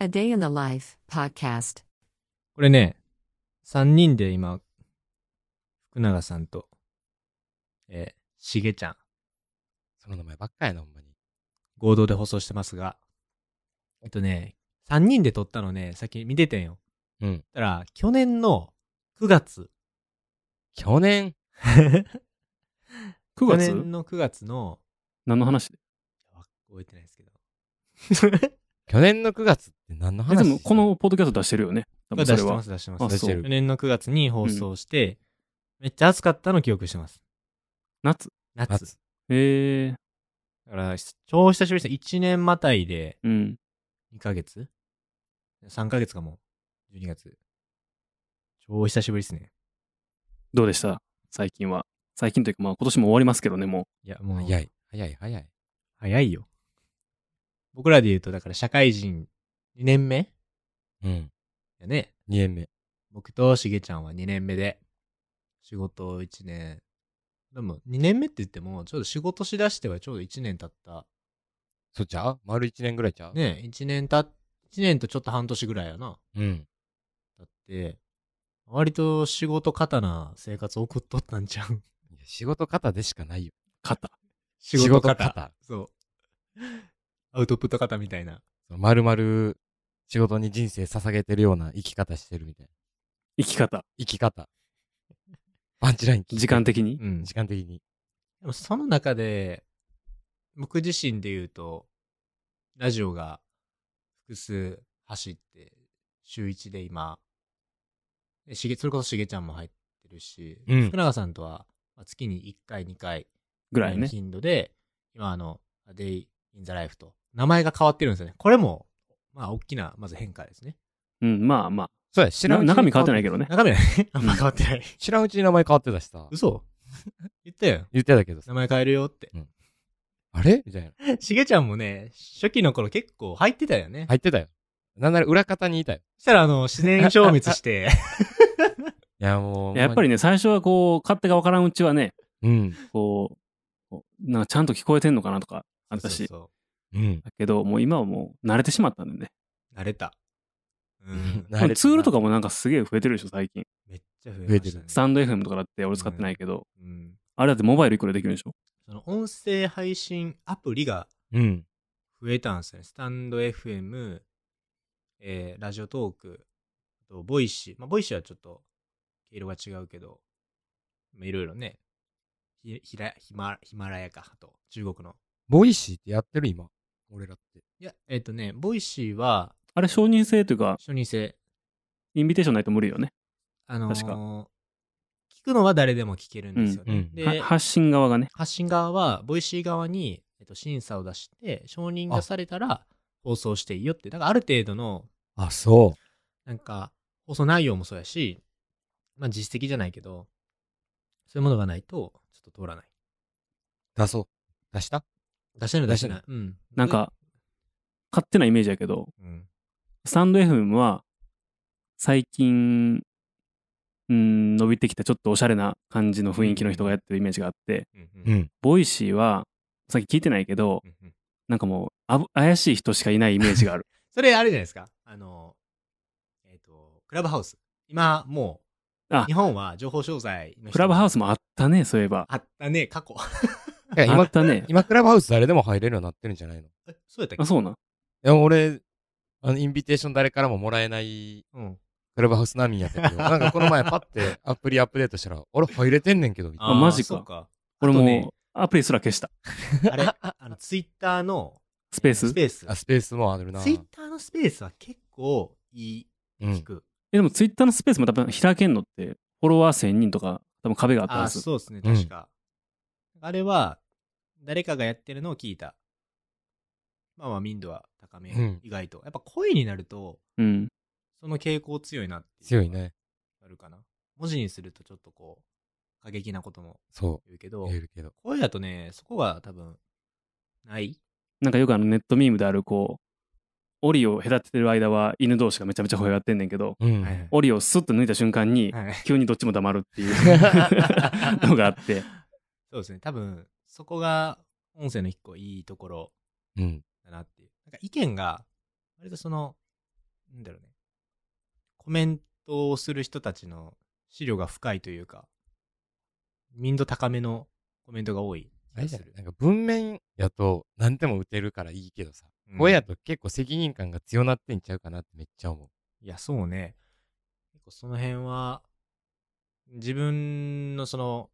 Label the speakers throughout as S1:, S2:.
S1: A Day in the Life podcast.
S2: これね、3人で今、福永さんと、えーしげちゃん、
S3: その名前ばっかやな、ほんまに。
S2: 合同で放送してますが、えっとね、3人で撮ったのね、さっき見ててんよ。
S3: うん。
S2: たら、去年の9月、
S3: 去年、
S4: 9
S2: 去
S4: 月
S2: 年の9月の、
S4: 何の話
S2: 覚えてないですけど、
S3: 去年の9月って何の
S4: え
S3: 話
S4: でも、このポッドキャスト出してるよね。多
S2: 出
S4: 分それ
S2: して
S4: は
S2: ま。す、出してま
S4: あ
S2: す。
S4: そう
S3: 出して
S2: 去
S3: る
S2: 年の9月に放送して、めっちゃ暑かったの記憶してます。
S4: 夏。
S2: 夏。
S3: 夏
S4: え
S2: だ
S4: ー、
S2: から、超久しぶりです。1年またいで、
S4: うん。
S2: 2ヶ月 ?3 ヶ月かも。12月。超久しぶりですね。
S4: どうでした最近は。最近というか、まあ今年も終わりますけどね、も
S2: いや、もう、
S3: 早い、早い、早い。
S2: 早いよ。僕らで言うと、だから社会人2年目
S3: うん。
S2: やね。
S3: 2年目。
S2: 僕としげちゃんは2年目で、仕事1年。でも、2年目って言っても、ちょうど仕事しだしてはちょうど1年経った。
S3: そうちゃう丸1年ぐらいちゃう、
S2: ね、1年た、1年とちょっと半年ぐらいやな。
S3: うん。
S2: だって、割と仕事方な生活送っとったんちゃう
S3: いや仕事方でしかないよ。
S4: う、肩。
S2: 仕
S3: 事方
S2: そう。アウトプット方みたいな。
S3: その丸々仕事に人生捧げてるような生き方してるみたいな。
S4: 生き方。
S3: 生き 方。パンチライン聞いて
S4: 時間的に。
S2: ん
S3: 時間的に。
S2: でもその中で、僕自身で言うと、ラジオが複数走って、週一で今、でしげ、それこそしげちゃんも入ってるし、
S3: うん
S2: 福永さんとはまあ月に1回、2回
S4: ぐらいね。
S2: 頻度で、今あの、Day in the Life と、名前が変わってるんですよね。これも、まあ、大きな、まず変化ですね。
S4: うん、まあまあ。
S3: そうや、知らん
S4: な
S3: うちに
S4: 中身変わってないけどね。
S2: 中身はね、あんま変わってない。
S3: 知らんうちに名前変わってたしさ。
S2: 嘘言ったよ。
S3: 言ってたけどさ。
S2: 名前変えるよって。
S3: あれみたいな。
S2: しげちゃんもね、初期の頃結構入ってたよね。
S3: 入ってたよ。なんなら裏方にいたよ。
S2: そしたら、あの、自然消滅して、
S3: いや、もう。
S4: やっぱり
S3: ね。
S4: ね、最初はこう、勝手がわからんうちはね、
S3: うん。
S4: こう、こうなんかちゃんと聞こえてんのかなとか、あった
S2: そう
S4: し。
S2: そ
S3: うん。
S4: だけど、もう今はもう慣れてしまったんでね。
S2: う慣れた。うん。
S3: 慣れてる
S4: ツールとかもなんかすげえ増えてるでしょ、最近。
S2: めっちゃ増えました、ね、
S3: 増えてる
S4: スタンド FM とかだって俺使ってないけど、
S2: うん。
S4: あれだってモバイルいくらできるんでしょ
S2: その、音声配信アプリが
S3: うん。
S2: 増えたんですよね。スタンド FM、えー、ラジオトーク、あと、ボイシー。まあ、ボイシーはちょっと、毛色が違うけど、まあいろいろね、ひ、ひら、ひま、ヒマラヤか、あと、中国の。
S3: ボイシーってやってる今。俺らって。
S2: いや、えっ、とね、ボイシーは、
S4: あれ、承認制というか、
S2: 初任制、
S4: インビテーションないと無理よね。
S2: あのー
S4: 確
S2: 聞くのは誰でも聞けるんですよ
S3: うんう
S2: ね。
S3: ん
S2: で、
S4: は発信側がね。
S2: 発信側は、ボイシー側に、えっと、審査を出して、承認がされたら放送していいよって。だから、ある程度の、
S3: あ、そ
S2: なんか、放送内容もそうやし、まあ、実績じゃないけど、そういうものがないと、ちょっと通らない。
S3: う。出そう。出した
S2: 出してない、出してない。うん。
S4: なんか、勝手なイメージやけど、
S2: うん、
S4: スタンド FM は、最近、うん、伸びてきたちょっとおしゃれな感じの雰囲気の人がやってるイメージがあって、
S2: うん。う。
S3: うんん。
S4: ボイシーは、さっき聞いてないけど、
S2: うんうん
S4: なんかもう、あぶ怪しい人しかいないイメージがある。
S2: それ、あれじゃないですか。あの、えっ、と、クラブハウス。今、もう、
S4: あ
S2: 日、本は情報商材の人
S4: クラブハウスもあったね、そういえば。
S2: あったね、過去。
S3: いや
S4: あっ
S3: 今、
S4: たね。
S3: 今、クラブハウス誰でも入れるようになってるんじゃないのい
S2: えそうやったっけ
S4: あ、そうなん。
S3: や、俺、あの、インビテーション誰からももらえない
S2: うん。
S3: クラブハウス並みや ったけど、なんかこの前パッてアプリアップデートしたら、俺入れてんねんけど、みたい
S4: あ
S2: ー
S4: マジか
S2: そうか。
S4: 俺
S2: あと
S4: も
S2: ね
S4: う、アプリすら消した。
S2: あれ、あの、ツイッターの
S4: スペー
S2: ス
S4: ス。
S2: ペース
S3: な。あ、。スペースもあるな。
S2: ツイッターのスペースは結構いい、
S3: うん
S2: 聞。く。
S4: え、でもツイッターのスペースも多分開けんのって、フォロワー1000人とか、多分壁があった
S2: あ
S4: は
S2: あ、
S4: ず。
S2: そうですね、
S3: うん
S2: 確か。あれは、誰かがやってるのを聞いた。まあまあ、民度は高め、
S3: うん
S2: 意外と。やっぱ声になると、
S4: うん。
S2: その傾向強いなって。
S3: 強い。ね。
S2: あるかな。文字にするとちょっとこう、過激なことも
S3: そ
S2: 言うけ
S3: う。
S2: ど
S3: 言、えるけど。
S2: 声だとね、そこが多分、ない
S4: なんかよくあのネットミームである、こう、檻を隔ててる間は犬同士がめちゃめちゃ吠え合ってんねんけど、
S3: うん。
S2: はい
S4: 檻をスッと抜いた瞬間に、
S2: はい
S4: 急にどっちも黙るっていう
S3: い
S4: のがあって、
S2: そうですね。多分、そこが音声の一個いいところ
S3: うん。
S2: だなっていう。なんか意見が、割とその、なんだろうね、コメントをする人たちの資料が深いというか、民度高めのコメントが多い気
S3: あれ
S2: が
S3: じゃ
S2: す
S3: ない
S2: る。
S3: なんか文面やと何でも打てるからいいけどさ、
S2: うん
S3: 声やと結構責任感が強なってんちゃうかなってめっちゃ思う。
S2: いや、そうね。結構その辺は、自分のその、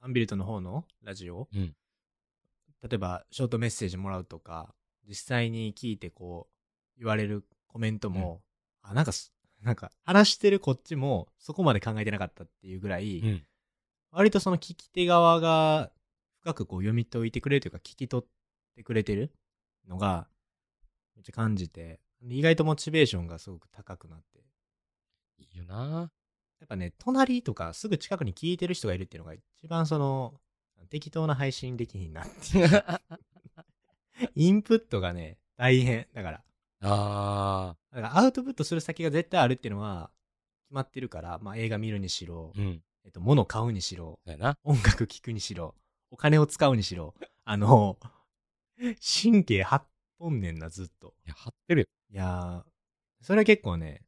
S2: アンビルトの方のラジオ、
S3: うん
S2: 例えばショートメッセージもらうとか、実際に聞いてこう、言われるコメントも、あ、なんかす、なんか、話してるこっちも、そこまで考えてなかったっていうぐらい、
S3: うん
S2: 割とその聞き手側が、深くこう読み解いてくれるというか、聞き取ってくれてるのが、めっちゃ感じて、意外とモチベーションがすごく高くなって、
S3: いい よな
S2: やっぱね、隣とかすぐ近くに聞いてる人がいるっていうのが一番その、適当な配信できひんなって いう。インプットがね、大変。だから、
S3: あ
S2: だからアウトプットする先が絶対あるっていうのは決まってるから、まあ映画見るにしろ
S3: ー。、うん。
S2: えっと、物買うにしろ、
S3: そうやな。
S2: 音楽聴くにしろ、お金を使うにしろ、 あの、神経張っとんねんな、ずっと。
S3: いや、張って るよ。
S2: いやー、それは結構ね、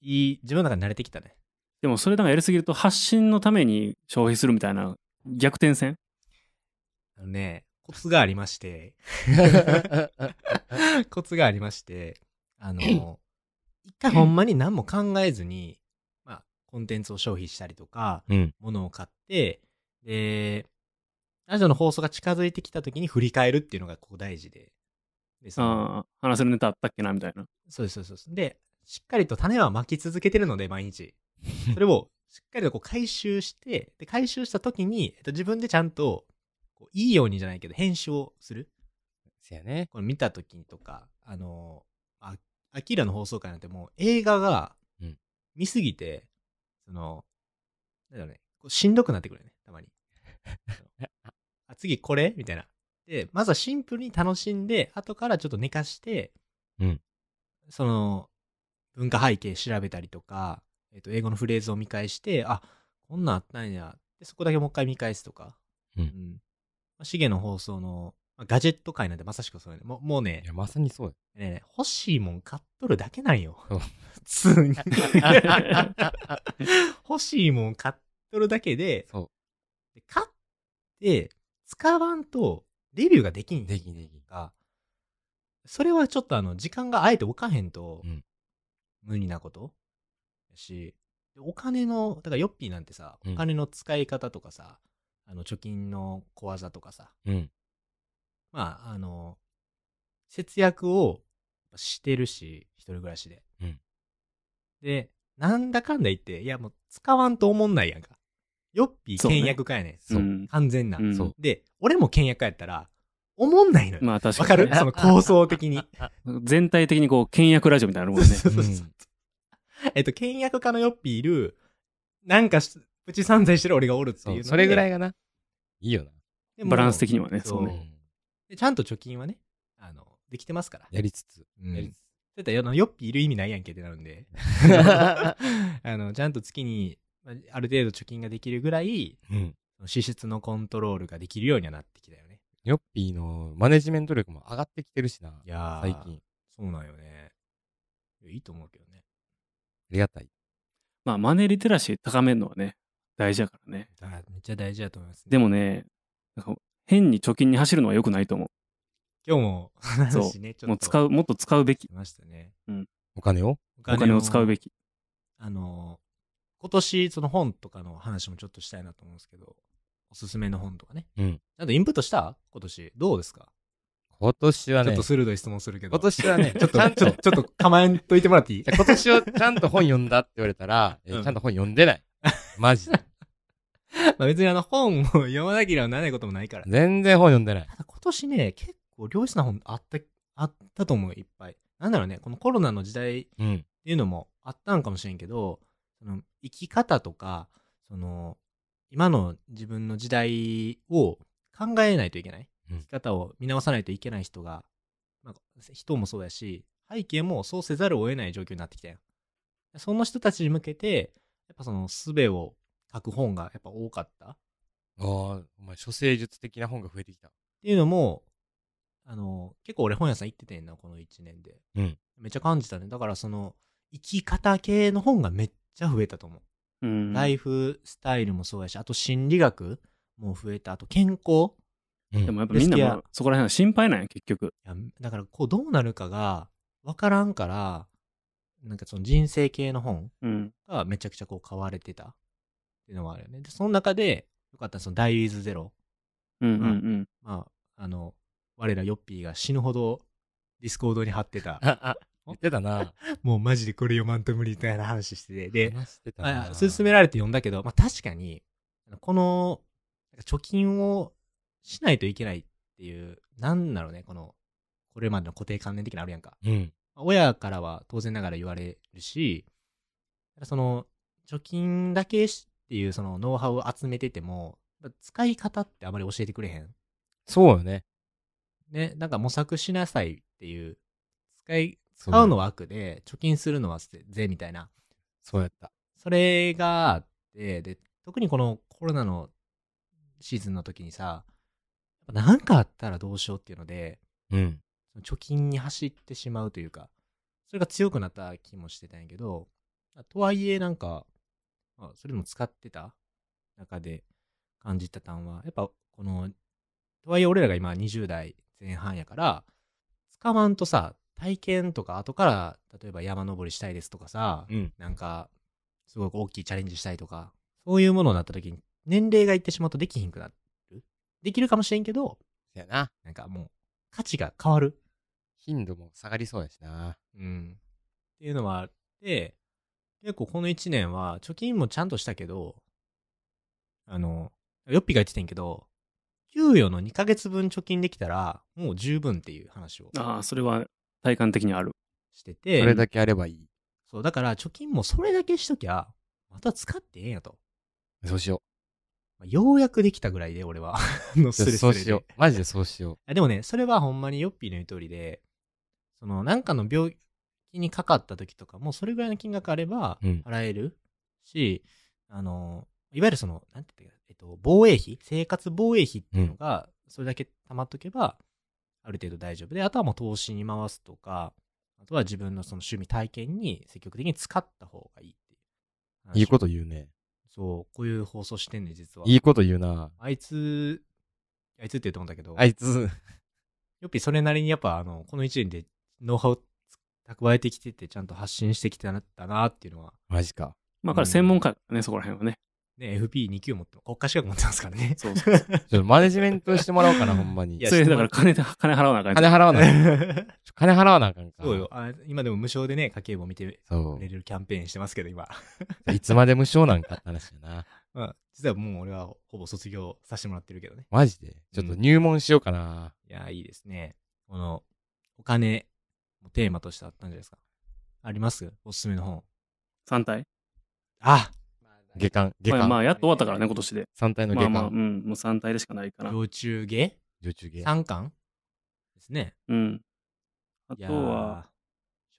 S2: いい、自分の中に慣れてきたね。
S4: でもそれなんかやりすぎると発信のために消費するみたいな逆転戦
S2: あのね、コツがありまして、 コツがありまして、あの、一回ほんまに何も考えずに、まあ、コンテンツを消費したりとか、
S3: うん。
S2: 物を買って、で、ラジオの放送が近づいてきた時に振り返るっていうのがここ大事で。でその
S4: ああ話せるネタあったっけなみたいな
S2: そうです、そうです。そうですで、しっかりと種はまき続けてるので、毎日。それをしっかりとこう回収して、で、回収した時に、えっと、自分でちゃんと、こういいようにじゃないけど、編集をする。
S3: せやね。
S2: これ見た時とか、あのあ、アキラの放送回なんてもう映画が
S3: うん
S2: 見すぎて、その、なんだろうね、こうしんどくなってくるよね、た まに。あ、次これみたいな。で、まずはシンプルに楽しんで、後からちょっと寝かして、
S3: うん
S2: その、文化背景調べたりとか、えっ、と、英語のフレーズを見返して、あ、こんなんあったんや。で、そこだけもう一回見返すとか。
S3: うん
S2: まあ、シゲの放送の、まあガジェット界なんてまさしくそうよね。もうもうね
S3: いや、まさにそう
S2: ねえねえ欲しいもん買っとるだけなんよ
S3: そう。
S2: 普通に。
S3: や。
S2: 欲しいもん買っとるだけで、
S3: そ
S2: で買って、使わんと、レビューができん
S3: う。できんできん。
S2: が、それはちょっとあの、時間があえて置かへんと、
S3: うん
S2: 無理なことやし、でお金の、だからヨッピーなんてさ、
S3: うん
S2: お金の使い方とかさ、あの、貯金の小技とかさ、
S3: うん。
S2: まあ、あの、節約をしてるし、一人暮らしで。
S3: うん
S2: で、なんだかんだ言って、いやもう使わんと思んないやんか。よっぴー
S4: そうね
S2: 倹約家やねん。
S3: そう
S4: うん
S2: 完全な。
S4: うん
S3: そう
S2: で、俺も倹約家やったら、思んないのよ。わ、
S4: まあ確
S2: か
S4: かに
S2: る
S4: ね、
S2: その構想的 に。
S4: 全体的にこう倹約ラジオみたいなのあるもんね
S2: そうそうそうえっと、倹約家のよっぴーいる、なんかしプチ散財してる俺がおるっていう
S3: そ
S2: の
S3: う。
S2: で
S3: それぐらいがな。いいよな。
S2: でも
S4: バランス的にはね
S2: そう
S4: そう
S3: うん
S4: ね
S2: でちゃんと貯金はね、あの、できてますから。
S3: やりつつ。
S2: うん
S3: やりつつ。
S2: だったらあのよっぴいる意味ないやんけってなるん であのちゃんと月にまあある程度貯金ができるぐらい
S3: うん。
S2: 支出のコントロールができるようにはなってきたよね
S3: ヨッピーのマネジメント力も上がってきてるしな。
S2: いやー
S3: 最近。
S2: そうなんよねいやいいと思うけどね
S3: ありがたい。
S4: まあマネーリテラシー高めるのはね大事だからね
S2: だからめっちゃ大事だと思います、ね、
S4: でもねなんか変に貯金に走るのは良くないと思
S2: 今日も
S4: そう
S2: 話ねち
S4: う
S2: ょ
S4: もう
S2: っと
S4: 使うもっと使うべき
S2: 出ましたね
S3: お金を
S2: お
S4: お金を使うべき
S2: あの今年その本とかの話もちょっとしたいなと思うんですけどおすすめの本とかね
S3: うん
S2: ちゃんとインプットした今年どうですか
S3: 今年は
S2: ちょっ
S3: ね
S2: と、鋭い質問するけど
S3: 今年はね、ちょっと、
S2: ち
S3: ち
S2: ゃ
S3: ゃ
S2: ん
S3: ん
S2: と、
S3: と、
S2: ちょっと構えんといてもらっていい
S3: 今年はちゃんと本読んだって言われたら、え
S2: うん
S3: ちゃんと本読んでない。マジで。
S2: まあ別にあの本を読まなければならないこともないから。
S3: 全然本読んでない。
S2: ただ今年ね、結構良質な本あった、あったと思うよ、いっぱい。なんだろうね、このコロナの時代っ
S3: うん。
S2: ていうのもあったんかもしれんけど、その生き方とか、その、今の自分の時代を考えないといけない。
S3: うん
S2: 生き方を見直さないといけない人が、まあ、人もそうやし、背景もそうせざるを得ない状況になってきたよ。その人たちに向けて、やっぱその術を書く本がやっぱ多かった。
S3: ああ、お前、書生術的な本が増えてきた。
S2: っていうのも、あの、結構俺本屋さん行っててんな、この1年で。
S3: うん
S2: めっちゃ感じたね。だからその、生き方系の本がめっちゃ増えたと思う。
S4: うん。
S2: ライフスタイルもそうやし、あと心理学も増えた。あと健康
S3: うん
S4: でもやっぱみんな
S2: レス
S4: も
S2: ケ
S4: うそこら辺は心配なんや、結局。
S2: いやだからこうどうなるかが分からんから、なんかその人生系の本
S4: うん。
S2: がめちゃくちゃこう買われてたっていうのはあるよね。で、その中で、よかったらそのダイイズゼロ。
S4: うんうんうん。
S2: まあ、あの、我らヨッピーが死ぬほどディスコードに貼って た。
S3: あ、あ、 言ってたな。
S2: もうマジでこれ読まんと無理みたいな話してて。で、
S3: 話してた
S2: ま
S3: な。
S2: あ、勧められて読んだけど、まあ確かに、この、なんか貯金をしないといけないっていう、なんだろうね、この、これまでの固定観念的なのあるやんか。
S3: うん。
S2: 親からは当然ながら言われるし、その、貯金だけしっていうそのノウハウを集めてても、やっぱ使い方ってあまり教えてくれへん。
S3: そうよね。
S2: ね、なんか模索しなさいっていう、使い、
S3: そう
S2: 使うのは悪で、貯金するのは税みたいな。
S3: そうやった。
S2: それがあって、で、特にこのコロナのシーズンの時にさ、やっぱなんかあったらどうしようっていうので、
S3: うん。
S2: その貯金に走ってしまうというか、それが強くなった気もしてたんやけど、とはいえなんか、まあ、それでも使ってた中で感じた単は、やっぱこの、とはいえ俺らが今20代前半やから、使わんとさ、体験とか後から、例えば山登りしたいですとかさ、
S3: うん。
S2: なんか、すごく大きいチャレンジしたいとか、そういうものになった時に、年齢がいってしまうとできひんくなる。できるかもしれんけど、
S3: そやな。
S2: なんかもう、価値が変わる。
S3: 頻度も下がりそうやしな。
S2: うん。っていうのはあって、結構この1年は、貯金もちゃんとしたけど、あの、ヨッピーが言ってたんやけど、給与の2ヶ月分貯金できたら、もう十分っていう話を
S4: ああ、それは体感的にある。
S2: して
S3: そ
S2: て、
S3: れだけあればいい。
S2: そう、だから貯金もそれだけしときゃ、また使ってええんやと。
S3: そうしよ
S2: まあようやくできたぐらいで、俺は。 あの
S3: う。
S2: スレスレで
S3: そうしよう。マジでそうしよ
S2: あでもね、それはほんまにヨッピーの言う通りで、その、なんかの病気にかかった時とかも、それぐらいの金額あれば
S3: うん、
S2: 払えるし、あの、いわゆるその、なんて言ったらいいか、えっと、防衛費、生活防衛費っていうのが、それだけ貯まっとけば、ある程度大丈夫で、あとはもう投資に回すとか、あとは自分のその趣味体験に積極的に使った方がいいっていう
S3: う。
S2: 話。
S3: いいこと言うね。
S2: そう、こういう放送してんね、実は。
S3: いいこと言うな。
S2: あいつ、あいつって言うと思うんだけど、
S3: あいつ。
S2: よっぴそれなりにやっぱあのこの1年でノウハウ蓄えてきててちゃんと発信してきてなったなっていうのは
S3: マジか。
S4: まあ、から専門家だからね、そこら辺はね。
S2: ね FP2 級持って国家資格持ってますからね
S4: そうそうそう。
S3: ちょっとマネジメントしてもらおうかな、ほんまに。
S2: いや
S4: それだから金で、金払わなあかん
S3: 金払わなあかん。 金払わなあかんか。
S2: そうよ。あ今でも無償でね家計簿見て
S3: そ
S2: くれるキャンペーンしてますけど 今、
S3: う。いつまで無償なんかって話だな。
S2: まあ、実はもう俺はほぼ卒業させてもらってるけどね
S3: マジで。ちょっと入門しようかな。
S2: いやいいですねこのお金もテーマとしてあったんじゃないですかありますおすすめの本
S4: 3体。
S2: あ
S3: 下巻、下
S4: まあ、まあ
S3: 巻。
S4: やっと終わったからね、今年で。
S3: 三体の
S4: まあ
S3: 下
S4: まあ、う
S3: 巻。
S4: ん、もう3体でしかないから。
S2: 幼虫芸
S3: 女中下。
S2: 三巻ですね
S4: うん。あ
S2: い
S4: と
S2: や
S4: は、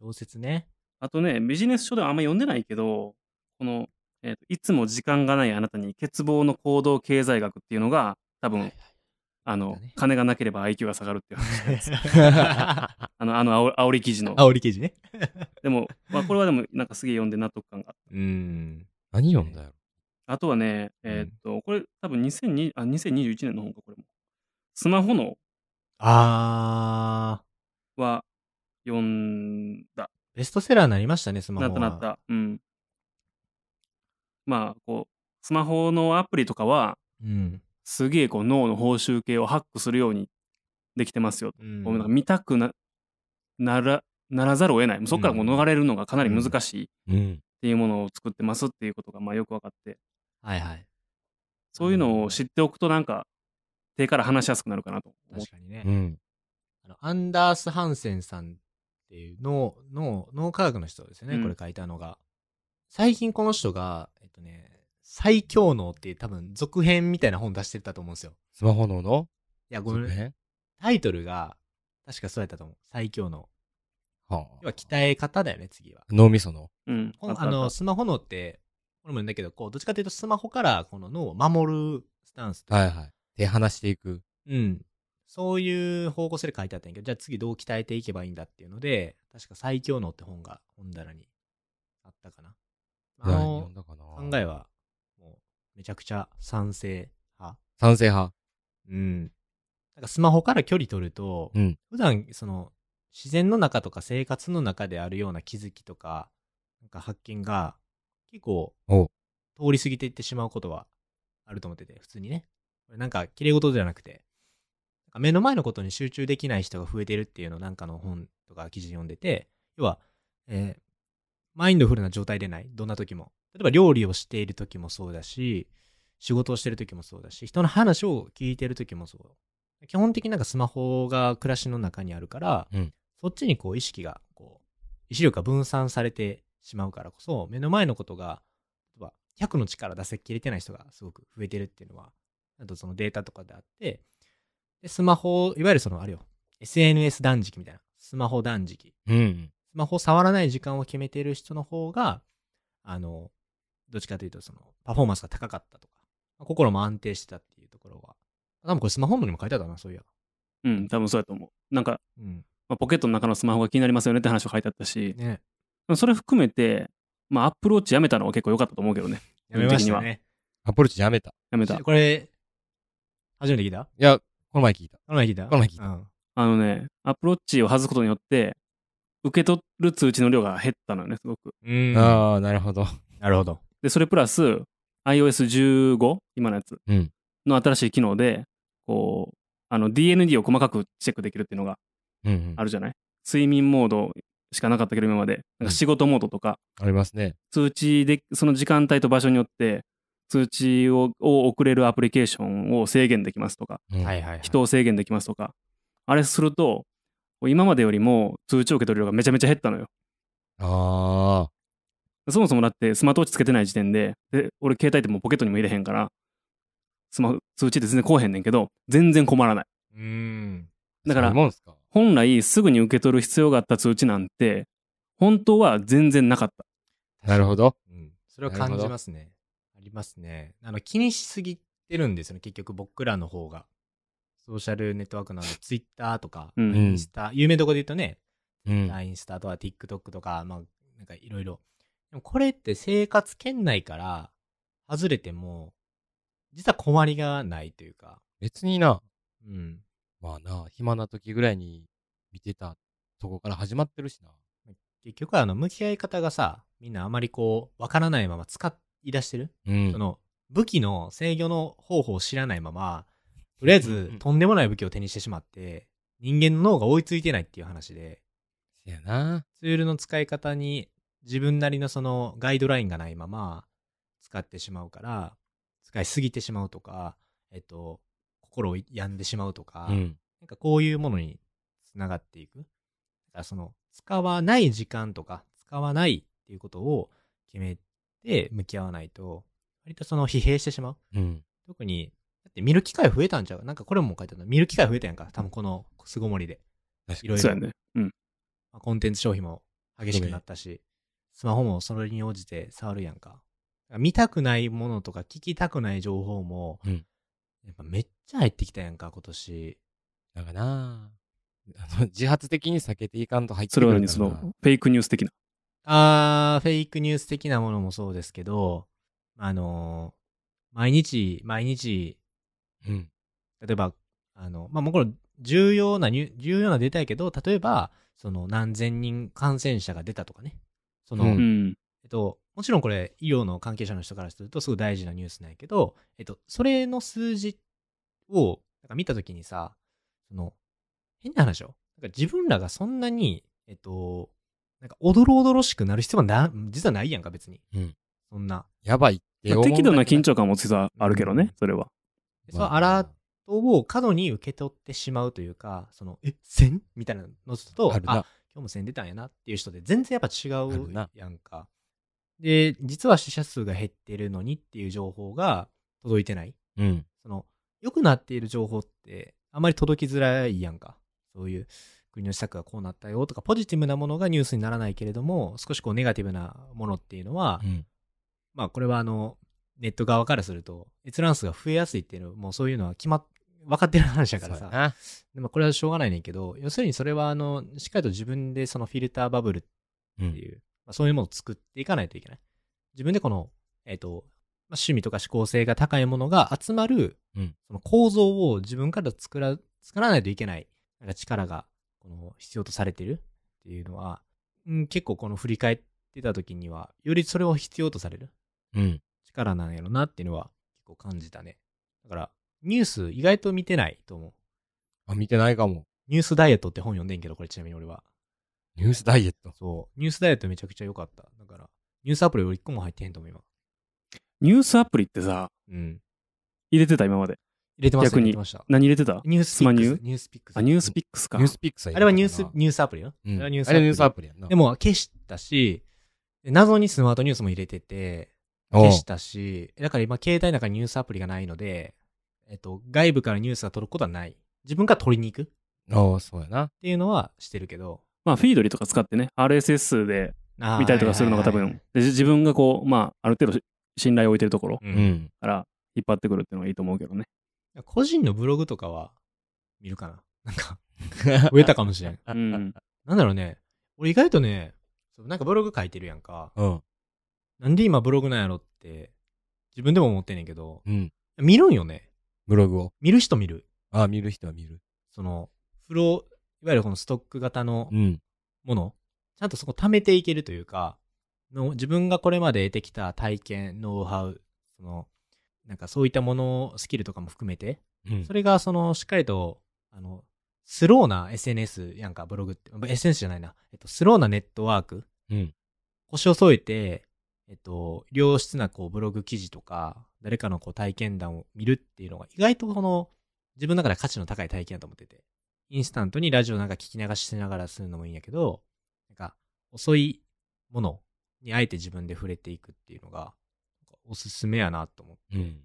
S2: ー小説ね。
S4: あとね、ビジネス書ではあんま読んでないけど、この、えーといつも時間がないあなたに欠乏の行動経済学っていうのが、多分、あの、
S2: だね
S4: 金がなければ IQ が下がるっていう話 なんですよあ の、あの、煽り記事の。
S2: 煽り記事ね。
S4: でも、まあ、これはでも、なんかすげえ読んで納得感があった。
S2: うん。
S3: 何読んだよ。
S4: あとはね、えーっと、これ多分2020あ2021年の本か、これも。スマホの
S2: あ
S4: は読んだ。
S2: ー、ベストセラーになりましたね、スマホ
S4: なっ
S2: は。
S4: たなった。うん。まあ、こう、スマホのアプリとかは、
S2: うん。
S4: すげえこう脳の報酬系をハックするようにできてますよ。
S2: うん
S4: こうなんか見たくなならならざるを得ない。もうそこからこう
S2: うん
S4: 逃れるのがかなり難しいっ
S3: うん。
S4: ていうものを作ってますっていうことがまあよく分かって、
S2: はいはい。
S4: そういうのを知っておくとなんか手から話しやすくなるかなと思う
S2: 確。かにね、
S3: うん。
S2: あの。アンダース・ハンセンさんっていう脳、脳、脳科学の人ですよね、
S4: うん
S2: これ書いたのが。最近この人が、えっとね、最強脳っていう多分続編みたいな本出してたと思うんですよ。
S3: スマホのの
S2: いや、ごめ
S3: 続
S2: ん。
S3: 編
S2: タイトルが、確かそうやったと思う。最強脳。要
S3: はあ
S2: は鍛え方だよね、次は。
S3: 脳みその。
S4: うん。
S2: このあの、スマホ脳って、俺も言うんだけど、こう、どっちかというとスマホからこの脳を守るスタンスとか、
S3: はいはい。手離していく。
S2: うん。そういう方向性で書いてあったんやけど、じゃあ次どう鍛えていけばいいんだっていうので、確か最強能って本が本棚にあったかな。あの
S3: 読んだかな
S2: 考えは、もうめちゃくちゃ賛成派。
S3: 賛成派。
S2: うん。なんかスマホから距離取ると、
S3: うん
S2: 普段その自然の中とか生活の中であるような気づきとか、なんか発見が結構
S3: お
S2: 通り過ぎていってしまうことはあると思ってて、普通にね。これなんか綺麗事じゃなくて、なんか目の前のことに集中できない人が増えてるっていうのをなんかの本とか記事読んでて、要は、えーマインドフルな状態でない。どんな時も。例えば料理をしている時もそうだし、仕事をしてる時もそうだし、人の話を聞いてる時もそう。基本的になんかスマホが暮らしの中にあるから、
S3: うん
S2: そっちにこう意識が、こう、意志力が分散されてしまうからこそ、目の前のことが、例えば100の力出せきれてない人がすごく増えてるっていうのは、あとそのデータとかであって、で、スマホ、いわゆるその、あれよ、SNS 断食みたいな、スマホ断食。
S3: うん。
S2: スマホを触らない時間を決めてる人の方が、あの、どっちかというと、その、パフォーマンスが高かったとか、心も安定してたっていうところは、多分これスマホにも書いてあったな、そういや。
S4: うん、多分そうやと思う。なんか、
S2: うん。
S4: まあ、ポケットの中のスマホが気になりますよねって話を書いてあったし、
S2: ね。
S4: それ含めて、まあ、アップルウォッチやめたのは結構良かったと思うけどね。
S2: やめましたね。
S3: アポルチやめた。
S4: やめた。
S2: これ、初めて聞いた
S3: いや、この前聞いた。
S2: この前聞いた
S3: この前聞いた
S2: うん。
S4: あのね、アップルウォッチを外すことによって、受け取る通知の量が減ったのよね、すごく。
S2: うん
S3: ああ、なるほど。
S2: なるほど。
S4: で、それプラス、iOS15、今のやつ
S3: うん
S4: の新しい機能で、こう、あの DND を細かくチェックできるっていうのが
S3: うん、うん。
S4: あるじゃない睡眠モードしかなかったけど今まで。なんか仕事モードとか、
S3: ありますね。
S4: 通知で、その時間帯と場所によって、通知をを送れるアプリケーションを制限できますとか、
S3: うん
S2: はいはいはい。
S4: 人を制限できますとか、あれすると、こう今までよりも通知を受け取る量がめちゃめちゃ減ったのよ。
S3: ああ、
S4: そもそもだってスマートウォッチつけてない時点で、で俺携帯ってもうポケットにも入れへんから、スマホ通知って全然こうへんねんけど、全然困らない。
S2: うん。
S4: だから
S3: そういうもんすか。
S4: 本来すぐに受け取る必要があった通知なんて、本当は全然なかった。
S3: なるほど。
S2: うん、それを感じますね。ありますね。あの気にしすぎてるんですよね、結局僕らの方が。ソーシャルネットワークなので、 ツイッターとか、
S4: う。
S3: うん
S2: インスタ、有名どこで言うとね、
S3: うん。
S2: インスタとか TikTok とか、まあ、なんかいろいろ。でもこれって生活圏内から外れても、実は困りがないというか、
S3: 別にな、
S2: うん。
S3: まあな、暇な時ぐらいに見てたとこから始まってるしな。
S2: 結局はあの、向き合い方がさ、みんなあまりこう、わからないまま使い出してる
S3: うん
S2: その武器の制御の方法を知らないまま、とりあえずとんでもない武器を手にしてしまって、人間の脳が追いついてないっていう話で、
S3: せやな。
S2: ツールの使い方に自分なりのそのガイドラインがないまま使ってしまうから、使いすぎてしまうとか、えっと、心を病んでしまうとか、
S3: うん。
S2: なんかこういうものにつながっていく。だからその、使わない時間とか、使わないっていうことを決めて向き合わないと、割とその疲弊してしまう。
S3: うん。
S2: 特に、だって見る機会増えたんちゃうなんかこれも書いてあるの。見る機会増えたやんか。多分この巣ごもりで。
S3: 確か
S2: いろい
S4: そう
S2: ろ、
S4: やね。うん。
S2: まあコンテンツ消費も激しくなったし、スマホもそれに応じて触るやんか。見たくないものとか聞きたくない情報も、
S3: うん
S2: やっぱめっちゃ入ってきたやんか、今年。
S3: なんかなあの、 自発的に避けていかんと入って
S4: そ
S3: く
S4: れ
S3: る
S4: は
S3: ん
S4: ね、
S3: だ
S4: そ
S3: ろうな。
S4: の、フェイクニュース的な。
S2: あー、フェイクニュース的なものもそうですけど、あのー毎日、毎日、
S3: うん。
S2: 例えば、あの、まあ、もうこれ、重要なニュ、重要なデータやけど、例えば、その何千人感染者が出たとかね。その、
S3: う
S4: うんん。
S2: えっと、もちろんこれ、医療の関係者の人からすると、すごい大事なニュースなんやけど、えっと、それの数字を、なんか見たときにさ、その、変な話よ。なんか自分らがそんなに、えっと、なんか、おどろおどろしくなる必要はな、実はないやんか、別に。
S3: うん
S2: そんな。
S3: やばいって
S4: まあ
S3: 思う
S4: 適度な緊
S3: 張。
S4: 張感も実はあるけど
S2: う
S4: ね
S2: ん、
S4: それは。
S2: でそのアラートを過度に受け取ってしまうというか、その、え、線みたいなのと、
S3: ある
S2: あ
S3: な。
S2: 今日も線出たんやなっていう人で全然やっぱ違
S3: ある
S2: う
S3: な
S2: やんか。で、実は死者数が減ってるのにっていう情報が届いてない。
S3: うん。
S2: その、良くなっている情報ってあまり届きづらいやんか。そういう国の施策がこうなったよとか、ポジティブなものがニュースにならないけれども、少しこうネガティブなものっていうのは、
S3: うん。
S2: まあこれはあの、ネット側からすると閲覧数が増えやすいっていうのもうそういうのは決まっ、分かってる話だから
S3: そう
S2: さ
S3: や。な
S2: でもこれはしょうがないねんけど、要するにそれはあの、しっかりと自分でそのフィルターバブル
S3: うん
S2: っていう、まあ、そういうものを作っていかないといけない。自分でこの、えっ、と、まあ趣味とか思考性が高いものが集まる、
S3: うん
S2: その構造を自分から作ら、作らないといけない、なんか力が、この、必要とされてるっていうのは、うん、結構この振り返ってた時には、よりそれを必要とされる
S3: うん。
S2: 力なんやろなっていうのは、結構感じたね。だから、ニュース意外と見てないと思う。
S3: あ、見てないかも。
S2: ニュースダイエットって本読んでんけど、これちなみに俺は。
S3: ニュースダイエット。
S2: そう。ニュースダイエットめちゃくちゃ良かった。だから、ニュースアプリ俺一個も入ってへんと思う、今。
S4: ニュースアプリってさ、
S2: うん。
S4: 入れてた今まで。
S2: 入れてました、
S4: 逆
S2: 入
S4: に
S2: れてました。
S4: 何入れてた
S2: ニュース
S4: ス
S2: ピ
S4: マ
S2: ッ
S4: ニ
S2: ク
S4: ュ
S2: ス
S4: ー。
S2: ニュースピックス。
S4: あ、ニュースピックスか。
S3: ニュースピックさ
S2: あれはニュース、
S3: う
S2: ニュースアプリよ。
S3: ん、
S2: あれ
S3: あ
S2: は
S3: れ
S2: ニュースアプリ。
S3: ニュースアプリやんな。
S2: でも、消したし、謎にスマートニュースも入れてて、
S3: おう、
S2: 消したし、だから今、携帯の中にニュースアプリがないので、えっと、外部からニュースが取ることはない。自分から取りに行くっ
S3: おうそうやな。
S2: ていうのはしてるけど。
S4: まあ、フィードリーとか使ってね、RSS で
S2: あー
S4: 見たりとかするのが多。
S2: はいはい
S4: 分、で自分がこう、まあ、ある程度し信頼を置いてるところ
S2: は
S3: う
S2: いうん。
S3: ん。
S4: から引っ張ってくるっていうのがいいと思うけどね。
S2: 個人のブログとかは、見るかな。なんか、増えたかもしれん。
S4: うん。
S2: なんだろうね。俺意外とね、そうなんかブログ書いてるやんか。
S3: うん。
S2: なんで今ブログなんやろって、自分でも思ってんねんけど、
S3: うん。
S2: 見るんよね。
S3: ブログを。
S2: 見る人見る。
S3: あ、見る人は見る。
S2: その、フロー、いわゆるこのストック型の
S3: うん。
S2: もの、ちゃんとそこ貯めていけるというか、の自分がこれまで得てきた体験、ノウハウ、その、なんかそういったもの、スキルとかも含めて、
S3: うん
S2: そ。れがその、しっかりと、あの、スローな SNS やんか、ブログって、SNS じゃないな、えっと、スローなネットワーク
S3: うん。
S2: 腰を添えて、えっと、良質なこうブログ記事とか、誰かのこう体験談を見るっていうのが、意外とこの、自分の中で価値の高い体験だと思ってて、インスタントにラジオなんか聞き流ししながらするのもいいんやけど、なんか、遅いものにあえて自分で触れていくっていうのが、なんかおすすめやなと思って。
S3: うん。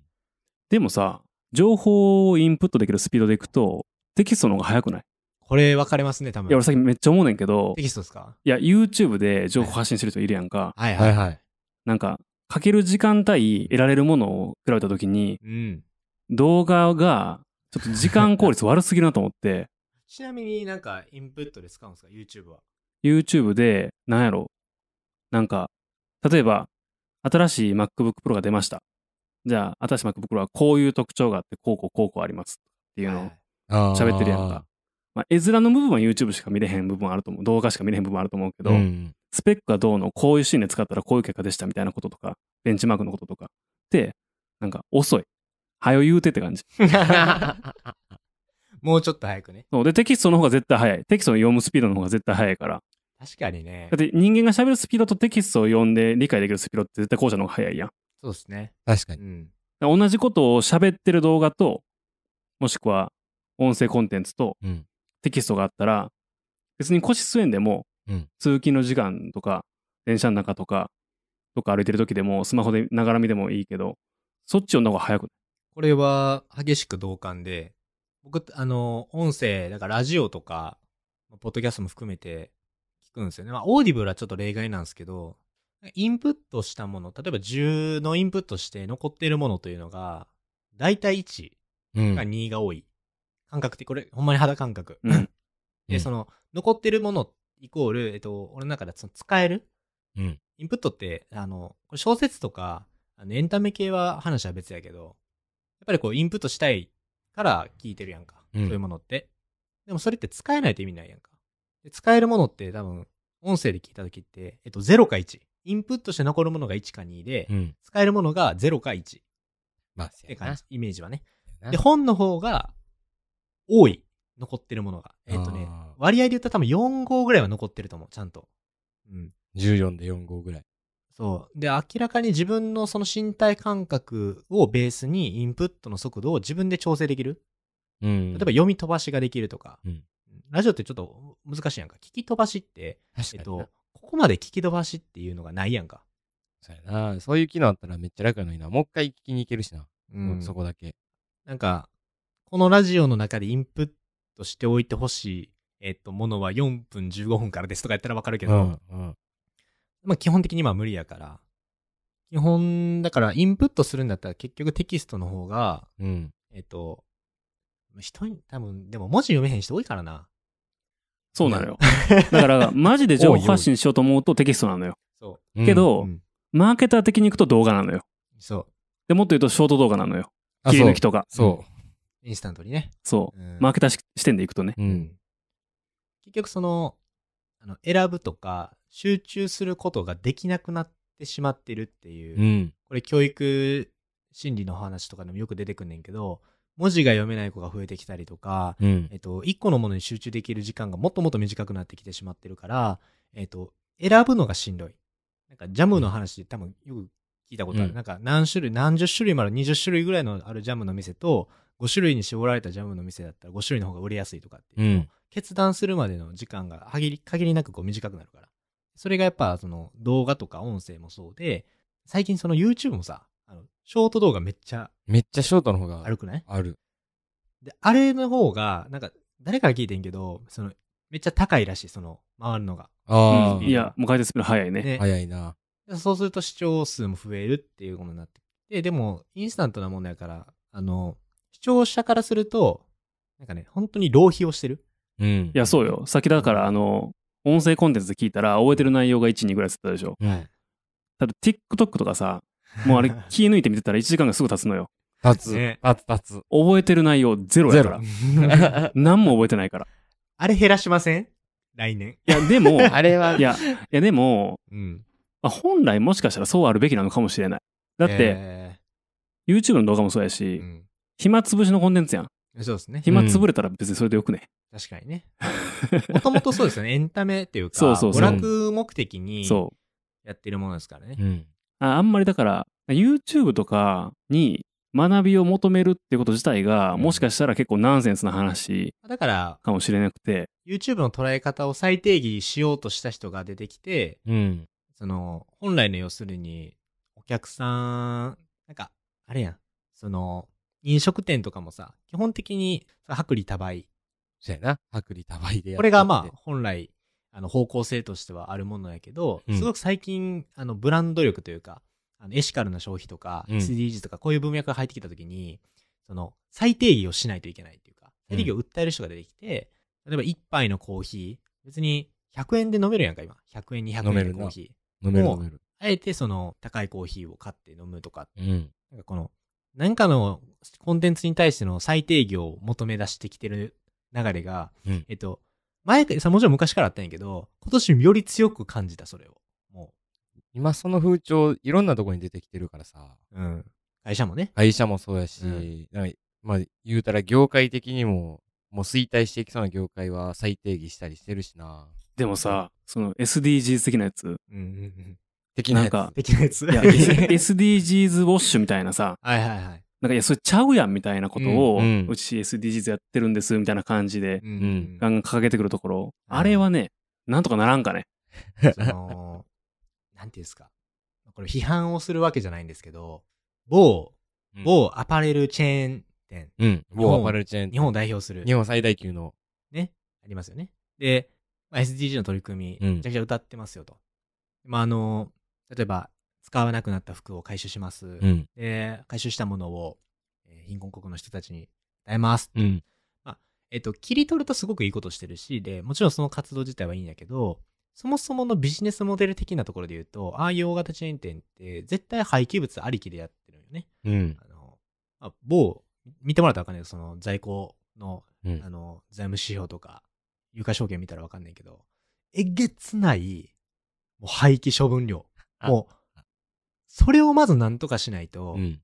S4: でもさ、情報をインプットできるスピードでいくと、テキストの方が早くない
S2: これ分かれますね、多分。
S4: いや、俺さっきめっちゃ思うねんけど
S2: テ、キストですか
S4: いや、YouTube で情報発信してる人いるやんか。
S2: はい
S3: は
S2: はいい。
S3: はい。
S4: なんか、かける時間対得られるものを比べたときに、
S2: うん。
S4: 動画が、ちょっと時間効率悪すぎるなと思って、
S2: ちなみになんかインプットで使うんですか ?YouTube は。
S4: YouTube で、なんやろ、なんか、例えば、新しい MacBook Pro が出ました。じゃあ、新しい MacBook Pro はこういう特徴があって、こうこうこうこうありますっていうの
S2: は
S4: を
S2: い
S3: あー
S4: 喋ってるやんか。。まあ、絵面の部分は YouTube しか見れへん部分あると思う。動画しか見れへん部分あると思うけど、
S3: うん。
S4: スペックがどうの、こういうシーンで使ったらこういう結果でしたみたいなこととか、ベンチマークのこととか。で、なんか遅い。早よ言うてって感じ。
S2: もうちょっと早くね。
S4: そうで、テキストの方が絶対早い。テキストを読むスピードの方が絶対早いから。
S2: 確かにね
S4: だっ。て人間が喋るスピードとテキストを読んで理解できるスピードって絶対後者の方が早いやん。
S2: そうですね。
S3: 確か
S2: う
S3: に。
S2: ん。
S4: だから同じことを喋ってる動画と、もしくは音声コンテンツと
S3: うん。
S4: テキストがあったら、別に腰据えんでも、
S3: うん
S4: 通勤の時間とか、電車の中とか、どっか歩いてる時でも、スマホでながら見でもいいけど、そっち読んだ方が早く
S2: これは激しく同感で、僕、あの、音声、だからラジオとか、ポッドキャストも含めて聞くんですよね。まあ、オーディブルはちょっと例外なんですけど、インプットしたもの、例えば10のインプットして残ってるものというのが、だいたい1
S3: うん
S2: が。2が多い。感覚的、これ、ほんまに肌感覚。
S4: うん
S2: で、その、残ってるものイコール、えっと、俺の中ではその使える
S3: うん。
S2: インプットって、あの、これ小説とか、あのエンタメ系は話は別やけど、やっぱりこう、インプットしたいから聞いてるやんか。
S3: うん
S2: そういうものって。でもそれって使えないと意味ないやんか。で使えるものって多分、音声で聞いた時って、えっと、0か1。インプットして残るものが1か2で、
S3: うん。
S2: 使えるものが0か1っ
S3: まあ、
S2: て感じ、イメージはね。
S3: な
S2: で、本の方が、多い。残ってるものが。えっとね
S3: あ、ー
S2: 割合で言ったら多分4号ぐらいは残ってると思う、ちゃんと。うん。
S3: 14で4号ぐらい。
S2: そう。で、明らかに自分のその身体感覚をベースにインプットの速度を自分で調整できる。
S3: うん
S2: 例えば読み飛ばしができるとか。
S3: うん
S2: ラジオってちょっと難しいやんか。聞き飛ばしって、えっ
S3: 確かにな
S2: と。、ここまで聞き飛ばしっていうのがないやんか。
S3: そうやな。そういう機能あったらめっちゃ楽なのにな。もう一回聞きに行けるしな。
S2: うん
S3: そこだけ。
S2: なんか、このラジオの中でインプットしておいてほしい、えっと、ものは4分15分からですとかやったらわかるけど、
S3: うん。
S2: まあ基本的にまあ無理やから。基本、だからインプットするんだったら結局テキストの方が
S3: うん。
S2: えっと、人に、多分、でも文字読めへん人多いからな。
S4: そ うなのよ。だから、マジで情報発信しようと思うとテキストなのよ。
S2: そ
S3: うん
S4: け
S2: う。
S4: ど、
S2: うん
S4: マーケター的に行くと動画なのよ。
S2: そ
S4: で、もっと言うとショート動画なのよ。
S3: あ
S4: 切り
S3: そう
S4: 抜きとか。
S3: そ
S2: インスタントにね。
S4: そうう。
S2: ん
S4: マーケターし視点で行くとね。
S3: う。うん。
S2: 結局その、あの選ぶとか、集中することができなくなってしまってるっていう、
S3: うん。
S2: これ教育心理の話とかでもよく出てくんねんけど、文字が読めない子が増えてきたりとか、
S3: うん
S2: え。っと、一個のものに集中できる時間がもっともっと短くなってきてしまってるから、えっと、選ぶのがしんどい。なんかジャムの話で多分よく聞いたことある。
S3: うん
S2: なんか何種類、何十種類もある、20種類ぐらいのあるジャムの店と、5種類に絞られたジャムの店だったら5種類の方が売れやすいとかって
S3: う
S2: いう、
S3: ん。
S2: 決断するまでの時間が限り限りなくこう短くなるから。それがやっぱその動画とか音声もそうで、最近その YouTube もさ、あのショート動画めっちゃ
S3: めっちゃショートの方が
S2: 悪くない
S3: ある。
S2: で、あれの方が、なんか、誰から聞いてんけど、その、めっちゃ高いらしい、その、回るのが。
S3: あ
S4: う
S3: あ。
S4: んいや、もう解説するの早いね。
S2: ね。
S3: 早いな。
S2: そうすると視聴数も増えるっていうことになってで、でも、インスタントなものやから、あの、視聴者からすると、なんかね、本当に浪費をしてる。
S3: うん
S4: い。や、そうよ。先だから、あの、音声コンテンツで聞いたら、覚えてる内容が1、2ぐらいつってたでしょ。
S3: うん。
S4: ただ、TikTok とかさ、もうあれ気抜いて見てたら1時間がすぐ経つのよ。
S3: 立つ。
S2: ね
S3: 立つ立つ。
S4: 覚えてる内容ゼロやから。何も覚えてないから。
S2: あれ減らしません来年。
S4: いや、で も、い
S3: あれは、
S4: や、いやでも、
S2: うん。
S4: まあ本来もしかしたらそうあるべきなのかもしれない。だって、
S2: え
S4: YouTube の動画もそうや
S2: ー
S4: し
S2: う、ん
S4: 暇つぶしのコンテンツやん。
S2: そうですね。
S4: 暇つぶれたら別にそれでよくね。
S2: 確かにね。もともとそうですよね。エンタメっていうか、
S4: そうそうそう
S2: 娯楽目的に
S4: そう。
S2: やってるものですからね。
S3: うん。
S4: ああんまりだから、YouTube とかに学びを求めるってこと自体が、
S2: うん
S4: もしかしたら結構ナンセンスな話
S2: だから、
S4: かもしれなくて、
S2: YouTube の捉え方を再定義しようとした人が出てきて、
S3: うん。
S2: その、本来の要するに、お客さん、なんか、あれやん、その、飲食店とかもさ、基本的に、その薄利多売。
S3: そうやな。薄利多売でやってて
S2: これがまあ、本来、あの、方向性としてはあるものやけど、
S3: うん
S2: すごく最近、あの、ブランド力というか、あのエシカルな消費とか、
S3: うん
S2: SDGs とか、こういう文脈が入ってきたときに、その、再定義をしないといけないっていうか、
S3: うん
S2: 再定義を訴える人が出てきて、例えば一杯のコーヒー、別に100円で飲めるやんか、今。100円、200
S3: 飲め
S2: 円で
S3: るな
S2: コーヒー。
S3: 飲める
S2: もう
S3: 飲める。
S2: あえてその高いコーヒーを買って飲むとか、
S3: うん。
S2: なんかこの、何かのコンテンツに対しての最定義を求め出してきてる流れが、
S3: うん
S2: えっと、前か、さもちろん昔からあったんやけど、今年より強く感じた、それを。も
S3: 今その風潮、いろんなとこに出てきてるからさ。
S2: う、うん。会社もね。
S3: 会社もそうやし、
S2: うん
S3: なんかまあ言うたら業界的にも、もう衰退していきそうな業界は再定義したりしてるしな。
S4: でもさ、その SDGs 的なやつ、
S2: うんうんうん。
S3: 的な
S4: なん
S3: やつ。
S4: か、
S2: 的なやつ。
S4: い や、
S2: はい
S4: SDGs ウォッシュみたいなさ、
S2: はいはい。
S4: なんか、いや、それちゃうやんみたいなことを、う
S3: うんうん
S4: ち SDGs やってるんですみたいな感じで、
S2: うん
S4: ガンガン掲げてくるところ、
S2: うん
S4: あれはね、なんとかならんかね。
S2: その、なんていうんですか。これ批判をするわけじゃないんですけど、某、
S3: うん
S2: 某アパレルチェーン店、
S3: うん。
S2: 日本
S3: 某アパレルチェーン。
S2: 日本を代表する。
S3: 日本最大級の。
S2: ね、ありますよね。で、まあ、SDG の取り組み、
S3: うん
S2: めちゃくちゃ歌ってますよと。まあ、あの、例えば、使わなくなった服を回収します。
S3: うん。
S2: で、回収したものを、えー貧困国の人たちに与えます。
S3: うん。
S2: えっと、切り取るとすごくいいことしてるし、で、もちろんその活動自体はいいんやけど、そもそものビジネスモデル的なところで言うと、ああいう大型チェーン店って、絶対廃棄物ありきでやってるよね。
S3: うん。
S2: あの、まあ、某、見てもらったらわかんないけど、その在庫の
S3: うん
S2: あの、財務指標とか、有価証券見たらわかんないけど、えげつない、もう廃棄処分量。
S3: あ
S2: もう、それをまずなんとかしないと、
S3: うん。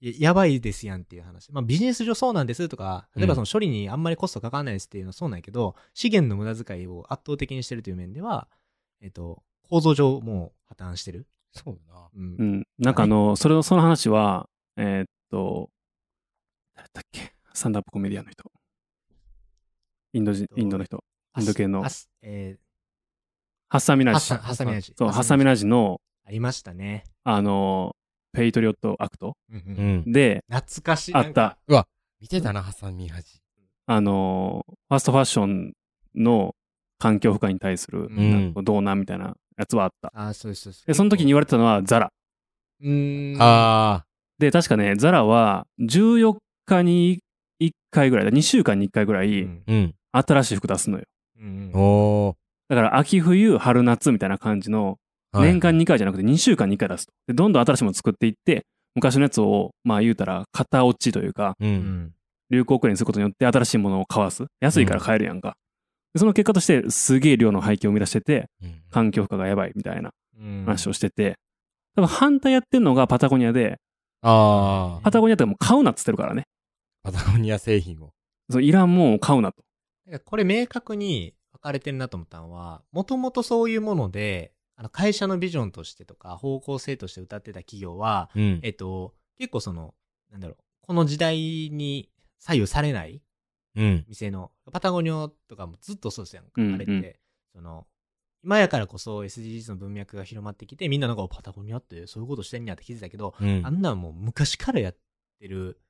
S2: ややばいですやんっていう話。まあビジネス上そうなんですとか、例えばその処理にあんまりコストかかんないですっていうのはそうなんやけど、資源の無駄遣いを圧倒的にしてるという面では、えっと、構造上もう破綻してる。
S3: そうだな。
S2: うん。
S4: うん。なんかあの、それの、その話は、えーっと、誰だっけスタンダップコメディアンの人。インド人、インドの人。インド系の
S2: あすえ
S4: ハッサンミ
S2: ー、
S4: ナ
S2: ハッ
S4: ジ。
S2: サン、ハッサミナジ。
S4: そう、ハッサンミ
S2: ジ。
S4: ナジの、
S2: ありましたね。
S4: あの、ペイトリオットアクト
S2: うんうん
S3: うん。
S4: で、
S2: 懐かしい。
S4: あった、
S3: 見てたな、ハサミ恥。
S4: あの、ファストファッションの環境負荷に対する、
S2: う
S4: なん
S3: ん
S4: かどうなんみたいなやつはあった。
S2: あー、そうですそうです。
S4: で、その時に言われてたのはザラ。
S2: うーん。
S3: ああ。
S4: で、確かね、ザラは14日に1回ぐらいだ、2週間に1回ぐら
S2: う
S4: い、
S2: ん
S3: うん。
S4: 新しい服出すのよ。
S2: うんうん
S3: お
S4: だから、秋冬、春夏みたいな感じの、
S3: ー。はい
S4: 年間2回じゃなくて2週間に1回出すと。で、どんどん新しいもの作っていって、昔のやつを、まあ言うたら、型落ちというか、
S3: う。
S2: うんん
S4: 流行遅れにすることによって新しいものを買わす。安いから買えるやんか。でその結果として、すげえ量の廃棄を生み出してて、
S3: うん
S4: 環境負荷がやばいみたいな
S2: うん
S4: 話をしてて、多分反対やってるのがパタゴニアで、
S3: ああ。
S4: パタゴニアってもう買うなっつってるからね。
S3: パタゴニア製品を。
S4: そういらんもんを買うなと。
S2: なんかこれ明確に分かれてるなと思ったのは、もともとそういうもので、あの会社のビジョンとしてとか、方向性として歌ってた企業は、
S3: うん
S2: え。っと、結構その、なんだろう、この時代に左右されない
S3: うん。
S2: 店の、パタゴニアとかもずっとそうですやんか、
S4: うんうん
S2: あれって。その、今やからこそ SDGs の文脈が広まってきて、みんななんか、おパタゴニアってそういうことしてんやって気づいたけど、
S3: うん
S2: あんなんもう昔からやってる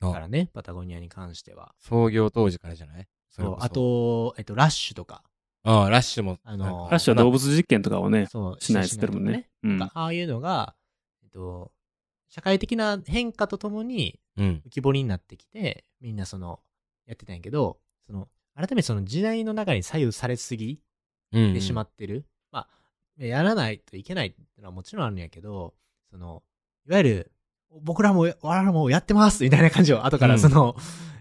S3: あ
S2: からね、パタゴニアに関しては。
S3: 創業当時からじゃないそれ
S2: そ
S3: こ
S2: う
S3: そ
S2: あ、と、えっと、ラッシュとか。
S3: ああ、ラッシュも。
S2: あのー
S3: なんか
S4: ラッシュは動物実験とかをね、
S2: そう、
S4: しないっつってるもんね。う
S2: なん
S4: ん
S2: か。ああいうのが、えっと、社会的な変化とともに
S3: うん。
S2: 浮き彫りになってきて、みんなその、やってたんやけど、その、改めてその時代の中に左右されすぎ
S3: うん。
S2: てしま
S3: っ
S2: ってる。まあ、やらないといけないってのはもちろんあるんやけど、その、いわゆる、僕らも、我々もやってますみたいな感じを、後か
S3: う
S2: ら
S3: ん
S2: その、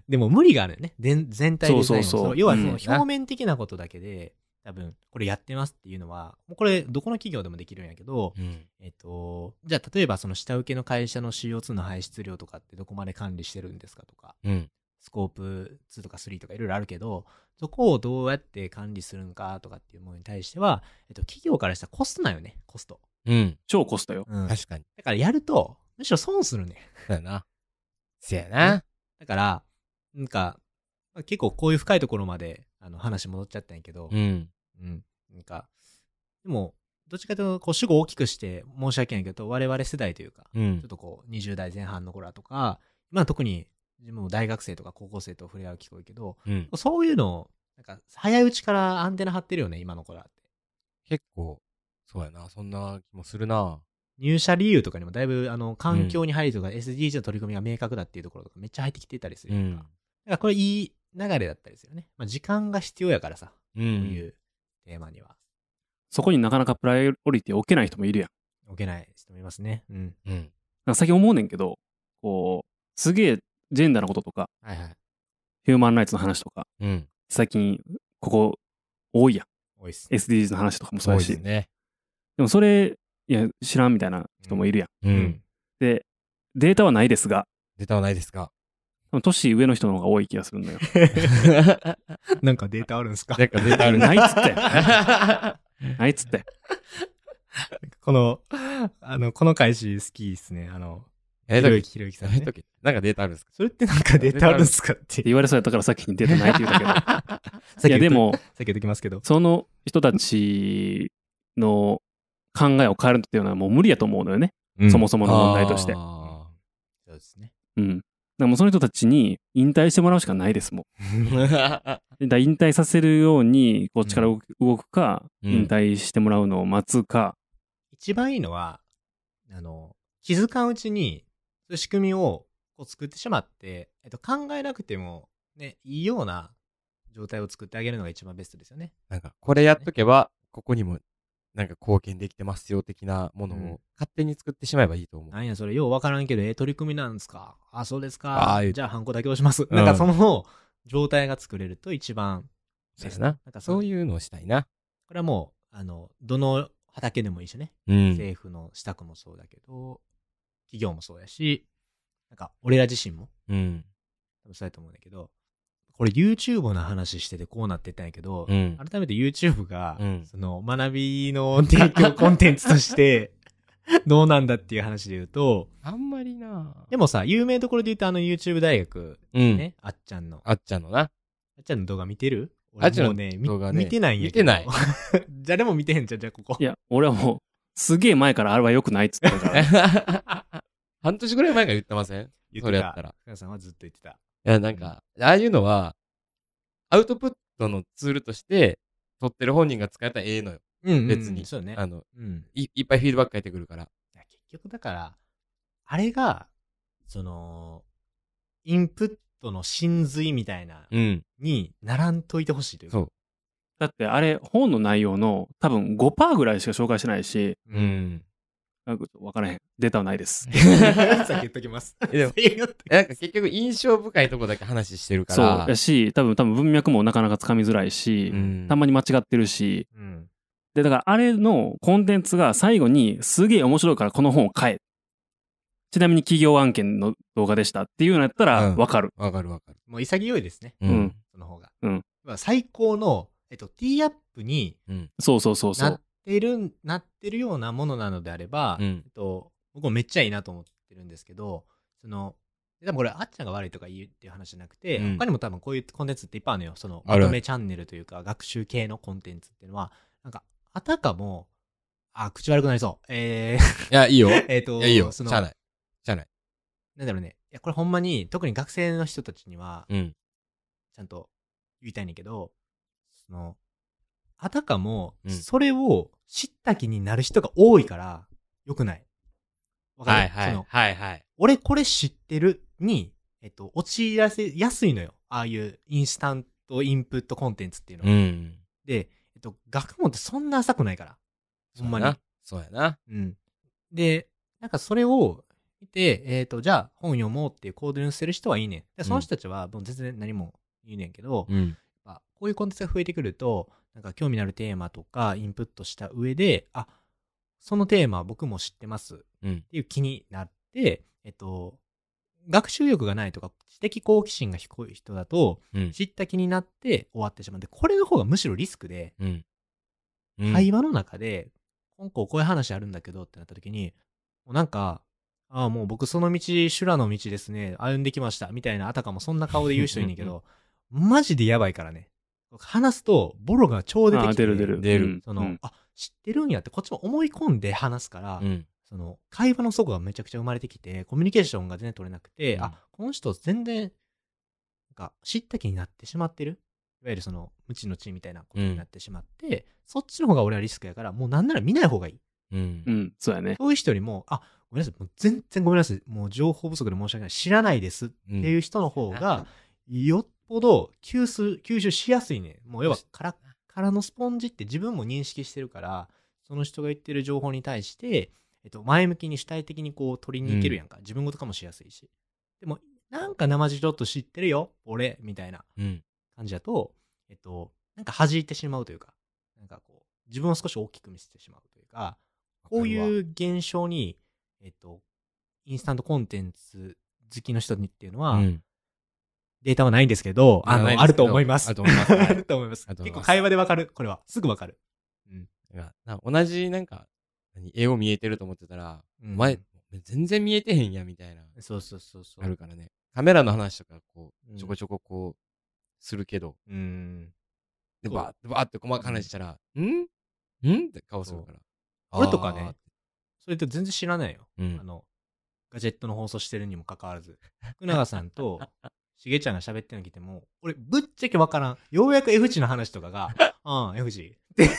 S2: でも無理があるよね。全全体で
S4: そうそうそう
S2: の要はその
S4: うん
S2: 表面的なことだけで、多分、これやってますっていうのは、もうこれ、どこの企業でもできるんやけど、
S3: うん。
S2: えっと、じゃあ例えばその下請けの会社の CO2 の排出量とかってどこまで管理してるんですかとか、
S3: うん。
S2: スコープ2とか3とかいろいろあるけど、そこをどうやって管理するんかとかっていうものに対しては、えっと、企業からしたらコストなんよね、コスト。
S3: うん。
S4: 超コストよ。
S2: うん。だ
S3: 確かに。
S2: からやると、むしろ損するね。
S3: そうやな。せやな。
S2: だから、なんか、まあ結構こういう深いところまで、あの、話戻っちゃったんやけど、
S3: うん。
S2: うん。なんか、でも、どっちかというと、こう、主語を大きくして申し訳ないけど、我々世代というか、
S3: う
S2: ちょ
S3: ん
S2: っ。とこう、20代前半の頃だとか、まあ特に、自分も大学生とか高校生と触れ合う機会多いけど、
S3: うん。
S2: そういうのを、なんか、早いうちからアンテナ張ってるよね、今の子らって。
S3: 結構、そうやな。そんな気もするな。
S2: 入社理由とかにもだいぶ、あの、環境に入るとか、SDGs の取り組みが明確だっていうところとかめっちゃ入ってきてたりする
S3: う
S2: やんか。
S3: ん
S2: だか。らこれいい流れだったりするよね。まあ時間が必要やからさ、
S3: う。
S2: こうんいうテーマには。
S4: そこになかなかプライオリティを置けない人もいるやん。だか
S2: 置けない人もいますね。うん。
S3: うん。
S4: ら最近思うねんけど、こう、すげえジェンダーのこととか、
S2: はいはい。
S4: ヒューマンライツの話とか、
S3: うん。
S4: 最近、ここ、多いや
S2: 多いっす
S4: ん。。SDGs の話とかもそうやし。
S3: ですね。
S4: でもそれ、いや、知らんみたいな人もいるやん。
S3: う。。
S2: うん
S4: で、データはないですが、
S3: 出たはないですか
S4: 多分年上の人の方が多い気がするんだよ。
S2: なんかデータあるんすか
S3: なんか出たある。
S4: ないいっつって。ないっつって。
S2: この、あの、この返し好きっすね。あの、
S3: え
S2: ひろゆ
S3: と
S2: き
S3: き。
S2: ひろゆきさ
S3: え
S2: ん、ね。
S3: とき。なんかデータあるんですか
S2: それってなんかデータあるんすかっ
S4: って
S2: て。
S4: 言われそうやったからさっきにデータないって 言ったけど。い
S2: さっき
S4: や、
S2: 言っと
S4: で、も、
S2: さっき言っときますけど。
S4: その人たちの考えを変えるっていうのはもう無理やと思うのよね。そもそもの問題として。
S3: あ
S2: そうですね。
S4: うん。だからもうその人たちに引退してもらうしかないですもん。
S3: ー
S4: だから引退させるように、こっちから動く,、か、
S3: うん
S4: 引退してもらうのを待つか、
S2: 一番いいのは、あの、気づかんうちに、そういう仕組みをこう作ってしまって、えっと、考えなくても、ね、いいような状態を作ってあげるのが一番ベストですよね。
S3: なんか、これやっとけば、ここにも、なんか貢献できてますよ的なもの
S2: うん
S3: を勝手に作ってしまえばいいと思う。
S2: なんや、それ、ようわからんけど、ええ取り組みなんですかあ、そうです
S3: あ
S2: か
S3: ー言う
S2: じゃあ、ハンコだけ押します。
S3: うん
S2: なんか、その状態が作れると一番
S3: そ
S2: ベ
S3: う
S2: ス
S3: や
S2: ト。
S3: な。
S2: なんか
S3: そ
S2: そう
S3: う
S2: いう、
S3: いうのをしたいな。
S2: これはもう、あの、どの畑でもいいしね。
S3: うん。
S2: 政府の支度もそうだけど、企業もそうやし、なんか、俺ら自身も、
S3: うん。
S2: 多分そうやと思うんだけど、これ YouTube の話しててこうなってったんやけど、
S3: うん。
S2: 改めて YouTube が、
S3: うん
S2: その学びの提 供コンテンツとして、どうなんだっていう話で言うと、
S3: あんまりな
S2: でもさ、有名どころで言うとあの YouTube 大学
S3: うん。
S2: ね、あっちゃんの。あ
S3: あっちゃんのな。
S2: っちゃんの動画見てる
S3: あっちゃんの
S2: 俺もうみ
S3: 動画ね
S2: 見てないんやけど。
S3: 見てない。
S2: 誰も見てへんじゃん、じゃあここ。
S4: いや、俺はもう、すげえ前からあれは良くないっつって たから。
S3: 半年ぐらい前から言ってません
S2: 言ってた
S3: それやったら。
S2: 福田さんはずっと言ってた。
S3: いや、なんか、ああいうのは、アウトプットのツールとして、撮ってる本人が使えたらええのよ。
S2: うん、
S3: 別に
S2: そうね。
S3: あの、
S2: うん。
S3: いいっぱいフィードバック返ってくるから。
S2: いや結局だから、あれが、その、インプットの真髄みたいな
S3: うん。
S2: にならんといてほしいというか
S3: そう。
S4: だってあれ、本の内容の多分5%ぐらいしか紹介してないし、
S3: う。ん。
S4: なんかちょっとわからへん。データはないです。
S2: さっき言っときます。
S3: えでも
S2: 先言っとき
S3: えなんか結局印象深いとこだけ話してるか
S4: そう。
S3: ら。
S4: やし、多分多分文脈もなかなかつかみづらいし、
S3: うん
S4: たまに間違ってるし、
S2: うん。
S4: で、だからあれのコンテンツが最後にすげえ面白いからこの本を買え。ちなみに企業案件の動画でしたっていうのやったら
S3: うん
S4: わかる。
S3: わかるわかる。
S2: もう潔いですね、
S3: う
S4: うん。
S2: その方が。
S4: うん
S2: まあ最高の、えっと、ティーアップに
S3: うん。
S4: そうそうそうそ
S2: なっ
S4: う。
S2: てるん、なってるようなものなのであれば、
S3: うん
S2: えっと、僕もめっちゃいいなと思ってるんですけど、その、でもこれ、あっちゃんが悪いとか言うっていう話じゃなくて、
S3: うん
S2: 他にも多分こういうコンテンツっていっぱいあるのよ。その、ま
S3: あるある
S2: とめチャンネルというか、学習系のコンテンツっていうのは、なんか、あたかも、あ、口悪くなりそう。えー、
S3: いや、いいよ。い
S2: えっと、
S3: や、いいよ。し
S2: その、
S3: ゃあない。しゃあない。
S2: なんだろうね。いや、これほんまに、特に学生の人たちには、
S3: うん。
S2: ちゃんと言いたいねんだけど、その、あたかも
S3: う、ん
S2: それを知った気になる人が多いから、良くない。わか
S3: はい
S2: る
S3: は
S2: そ
S3: い
S2: の。、
S3: はいはい。
S2: 俺これ知ってるに、えっと、陥らせやすいのよ。ああいうインスタントインプットコンテンツっていうの
S3: う
S2: は。
S3: ん。
S2: で、えっと、学問ってそんな浅くないから。ほんまに。
S3: そうやな。
S2: うん。で、なんかそれを見て、えっ、と、じゃあ本読もうっていう行動にする人はいいねん。でその人たちはもう全然何もいいねんけど、
S3: そうやな。うん。
S2: やっぱこういうコンテンツが増えてくると、なんか興味のあるテーマとかインプットした上で、あ、そのテーマ僕も知ってますっ
S3: うん。
S2: ていう気になって、えっと、学習欲がないとか知的好奇心が低い人だと、
S3: うん。
S2: 知った気になって終わってしまうんで、これの方がむしろリスクで、
S3: うん。
S2: 会話の中で、今後こういう話あるんだけどってなった時に、もうなんか、ああ、もう僕その道、修羅の道ですね、歩んできました、みたいな、あたかもそんな顔で言う人いんねんけど、マジでやばいからね。話すと、ボロが超出て
S4: あ
S2: き
S4: ー
S2: て、
S4: 出る出る。
S3: 出る
S4: うん
S2: その、
S4: うん
S2: あ、知ってるんやって、こっちも思い込んで話すから、
S3: うん。
S2: その、会話の底がめちゃくちゃ生まれてきて、コミュニケーションが全然取れなくて、
S3: うん
S2: あ、この人全然、なんか、知った気になってしまってる。いわゆるその、無知の知みたいなことになってしまって、そっちの方が俺はリスクやから、もうなんなら見ない方がいい。
S3: うん
S4: う。ん、そうやね。
S2: そういう人よりも、あ、ごめんなさい、もう全然ごめんなさい、もう情報不足で申し訳ない、知らないですって
S3: うん
S2: いう人の方が、よっぽど吸収、吸収しやすいね。もう要は、からっからのスポンジって自分も認識してるから、その人が言ってる情報に対して、えっと、前向きに主体的にこう取りに行けるやんか。自分事かもしやすいし。でも、なんか生地ちょっと知ってるよ、俺、みたいな
S3: うん。
S2: 感じだと、えっと、なんか弾いてしまうというか、なんかこう、自分を少し大きく見せてしまうというか、こう
S3: わかるわ。
S2: いう現象に、えっと、インスタントコンテンツ好きの人にっていうのは、
S3: うん
S2: データはないんですけど、あ
S3: な
S2: の、
S3: いですけど
S2: あると思いま
S3: あ
S2: す
S3: る。と思い ます。
S2: あると思います。
S3: あると思
S2: 結
S3: います
S2: 構会話でわかる。これは。すぐわかる。
S3: いやな同じ、なんか、何絵を見えてると思ってたら、
S2: うん
S3: 前、全然見えてへんや、みたいな、
S2: そうそうそうそう。
S3: あるからね。カメラの話とか、こ
S2: うん
S3: う、ちょこちょここう、するけど、
S2: うん。
S3: で、
S2: そう
S3: バーって、バーって細かい話したら、んんって顔するから。
S2: そう俺とかね
S3: あーって
S2: それって全然知らないよ。
S3: うん
S2: あの、ガジェットの放送してるにもかかわらず。福永さん と、しげちゃんが喋ってるの聞いても、俺、ぶっちゃけわからん。ようやく F 値の話とかが、 うん、F 値。って、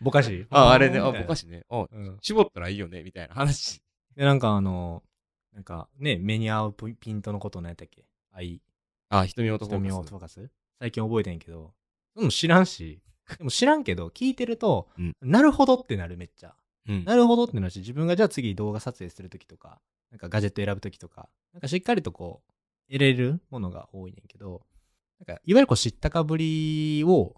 S2: ぼかし。
S3: あ、あれね、あ、
S2: みたい
S3: ぼ
S2: な
S3: かしね。あ、
S2: うん。
S3: 絞ったらいいよね、みたいな話。
S2: で、なんかあの、なんかね、目に合うポイピントのこと何やったっけ愛、
S3: あ、瞳男
S2: 瞳をフォーカス最近覚えてんけど、でも知らんし、でも知らんけど、聞いてると、
S3: うん
S2: なるほどってなるめっちゃ。
S3: うん。
S2: なるほどってなるし、自分がじゃあ次動画撮影するときとか、なんかガジェット選ぶときとか、なんかしっかりとこう、得れるものが多いねんけど、なんか、いわゆるこう知ったかぶりを、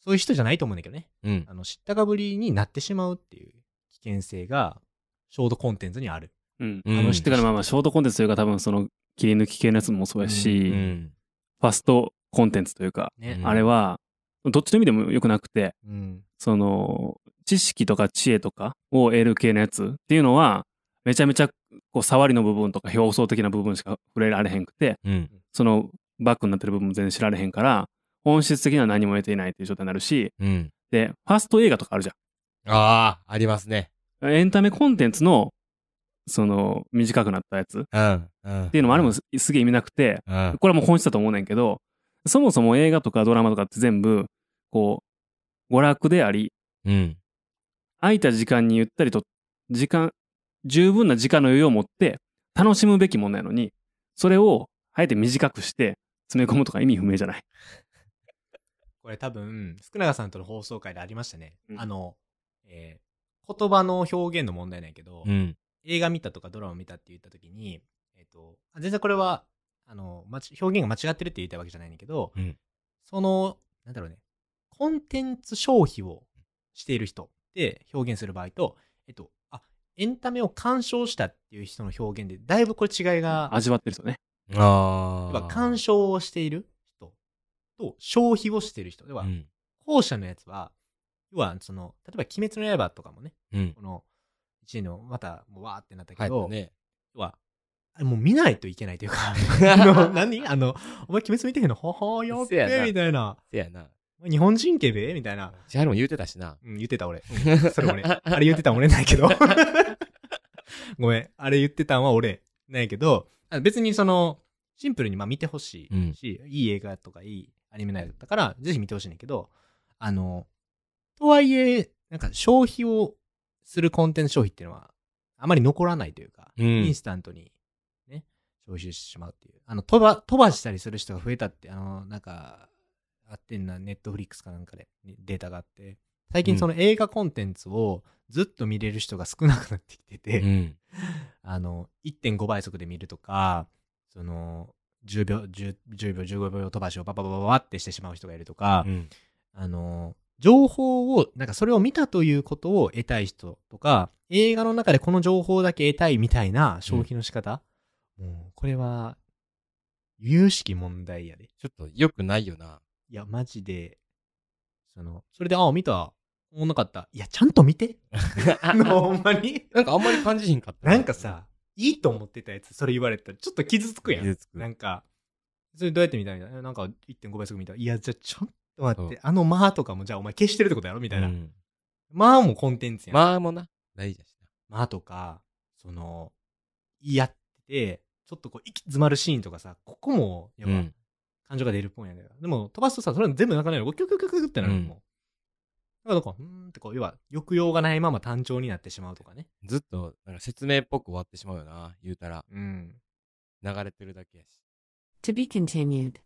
S2: そういう人じゃないと思うんだけどね。
S3: うん。
S2: あの、知ったかぶりになってしまうっていう危険性が、ショートコンテンツにある。
S4: うん。
S3: うん
S4: あの、知ってからまあまあ、ショートコンテンツというか、多分その切り抜き系のやつもそうやし、
S3: う
S4: フ
S3: ん。
S4: ァストコンテンツというか、
S2: ね。
S3: うん
S4: あれは、どっちの意味でも良くなくて、
S2: うん。
S4: その、知識とか知恵とかを得る系のやつっていうのは、めちゃめちゃ、こう、触りの部分とか表層的な部分しか触れられへんくて、
S3: うん。
S4: そのバックになってる部分も全然知られへんから、本質的には何も得ていないっていう状態になるし、
S3: うん。
S4: で、ファスト映画とかあるじ
S3: ああ、ありますね。
S4: ゃん。エンタメコンテンツの、その、短くなったやつっ
S3: うん。うん。って
S4: いうのもあれもすすげえ意味なくて、
S3: うん。
S4: これはもう本質だと思うねんけど、そもそも映画とかドラマとかって全部、こう、娯楽であり、
S3: うん。
S4: 空いた時間にゆったりと、時間、十分な時間の余裕を持って楽しむべきものなのに、それをあえて短くして詰め込むとか意味不明じゃない。
S2: これ多分、福永さんとの放送会でありましたね。
S4: うん
S2: あの、えー言葉の表現の問題なんやけど、
S3: うん。
S2: 映画見たとかドラマ見たって言った時に、えっ、と、あ全然これは、あの、まち表現が間違ってるって言いたいわけじゃないんだけど、
S3: うん
S2: その、なんだろうね、コンテンツ消費をしている人で表現する場合と、えっと、あ、エンタメを鑑賞したっていう人の表現で、だいぶこれ違いが、
S4: 味わってる人ね。
S3: あ
S2: 要
S3: あ。
S2: は鑑賞をしている人と消費をしている人。要は
S3: う、ん。
S2: 後者のやつは、要は、その、例えば、鬼滅の刃とかもね、
S3: うん。
S2: この、1位の、また、もうわーってなった
S3: は
S2: け
S3: い。
S2: ど、
S3: ね。
S2: は、あれもう見ないといけないと いうか、あの、何あの、お前鬼滅見てへんのははやっ
S3: せやな
S2: べみたいな。
S3: せやな。
S2: お前日本人けべみたいな。
S3: 千春も言うてたしな。
S2: うん、言ってた俺。うん それ俺。あれ言ってたん俺ないけど。ごめん。あれ言ってたんは俺。ないけど、あ別にその、シンプルにまあ見てほしいし、いい映画とかいいアニメなんだったから、ぜひ見てほしいんだけど、あの、とはいえ、なんか消費をするコンテンツ消費っていうのは、あまり残らないというか、
S3: うん
S2: インスタントに、ね、消費してしまうっていう。あの、飛ば、飛ばしたりする人が増えたって、あの、なんか、あってんな、ネットフリックスかなんかでねデータがあって、最近その映画コンテンツをずっと見れる人が少なくなってきてて、
S3: うん。
S2: あの、1.5倍速で見るとか、その、10秒、10, 10秒、15秒飛ばしをバババババってしてしまう人がいるとか、
S3: うん。
S2: あの、情報を、なんかそれを見たということを得たい人とか、映画の中でこの情報だけ得たいみたいな消費の仕方、もう、これは、有識問題やで。
S3: ちょっと良くないよ な。
S2: いや、マジで、その、それで、ああ、見た。おもんなかった。いや、ちゃんと見て。あの、 ほんまに。
S3: なんかあんまり感じひんかった。
S2: なんか、さ、いいと思ってたやつ、それ言われたら、ちょっと傷つくやん。
S3: 傷つく
S2: なんか、それどうやって見たみたいな。なんか、1.5倍速見た。いや、じゃあ、ちょっと待っ
S3: そ
S2: て、あの、まあとかも、じゃあ、お前消してるってことやろみ
S3: み
S2: たいな。まあもコンテンツやん。ま
S3: まあもな。大事だし
S2: あとか、その、やってて、ちょっとこう、息詰まるシーンとかさ、ここも、や
S3: な。
S2: っぱ、。感情が出るっぽいんやけど。でも、飛ばすとさ、それ全部なくなるよ。キュキュキュキュキュってなるもん。
S3: うん
S2: だからなんか、うーんってこう、要は、抑揚がないまま単調になってしまうとかね。
S3: ずっと、なんか説明っぽく終わってしまうよな。言うたら、
S2: うん。
S3: 流れてるだけやし。
S1: To be continued.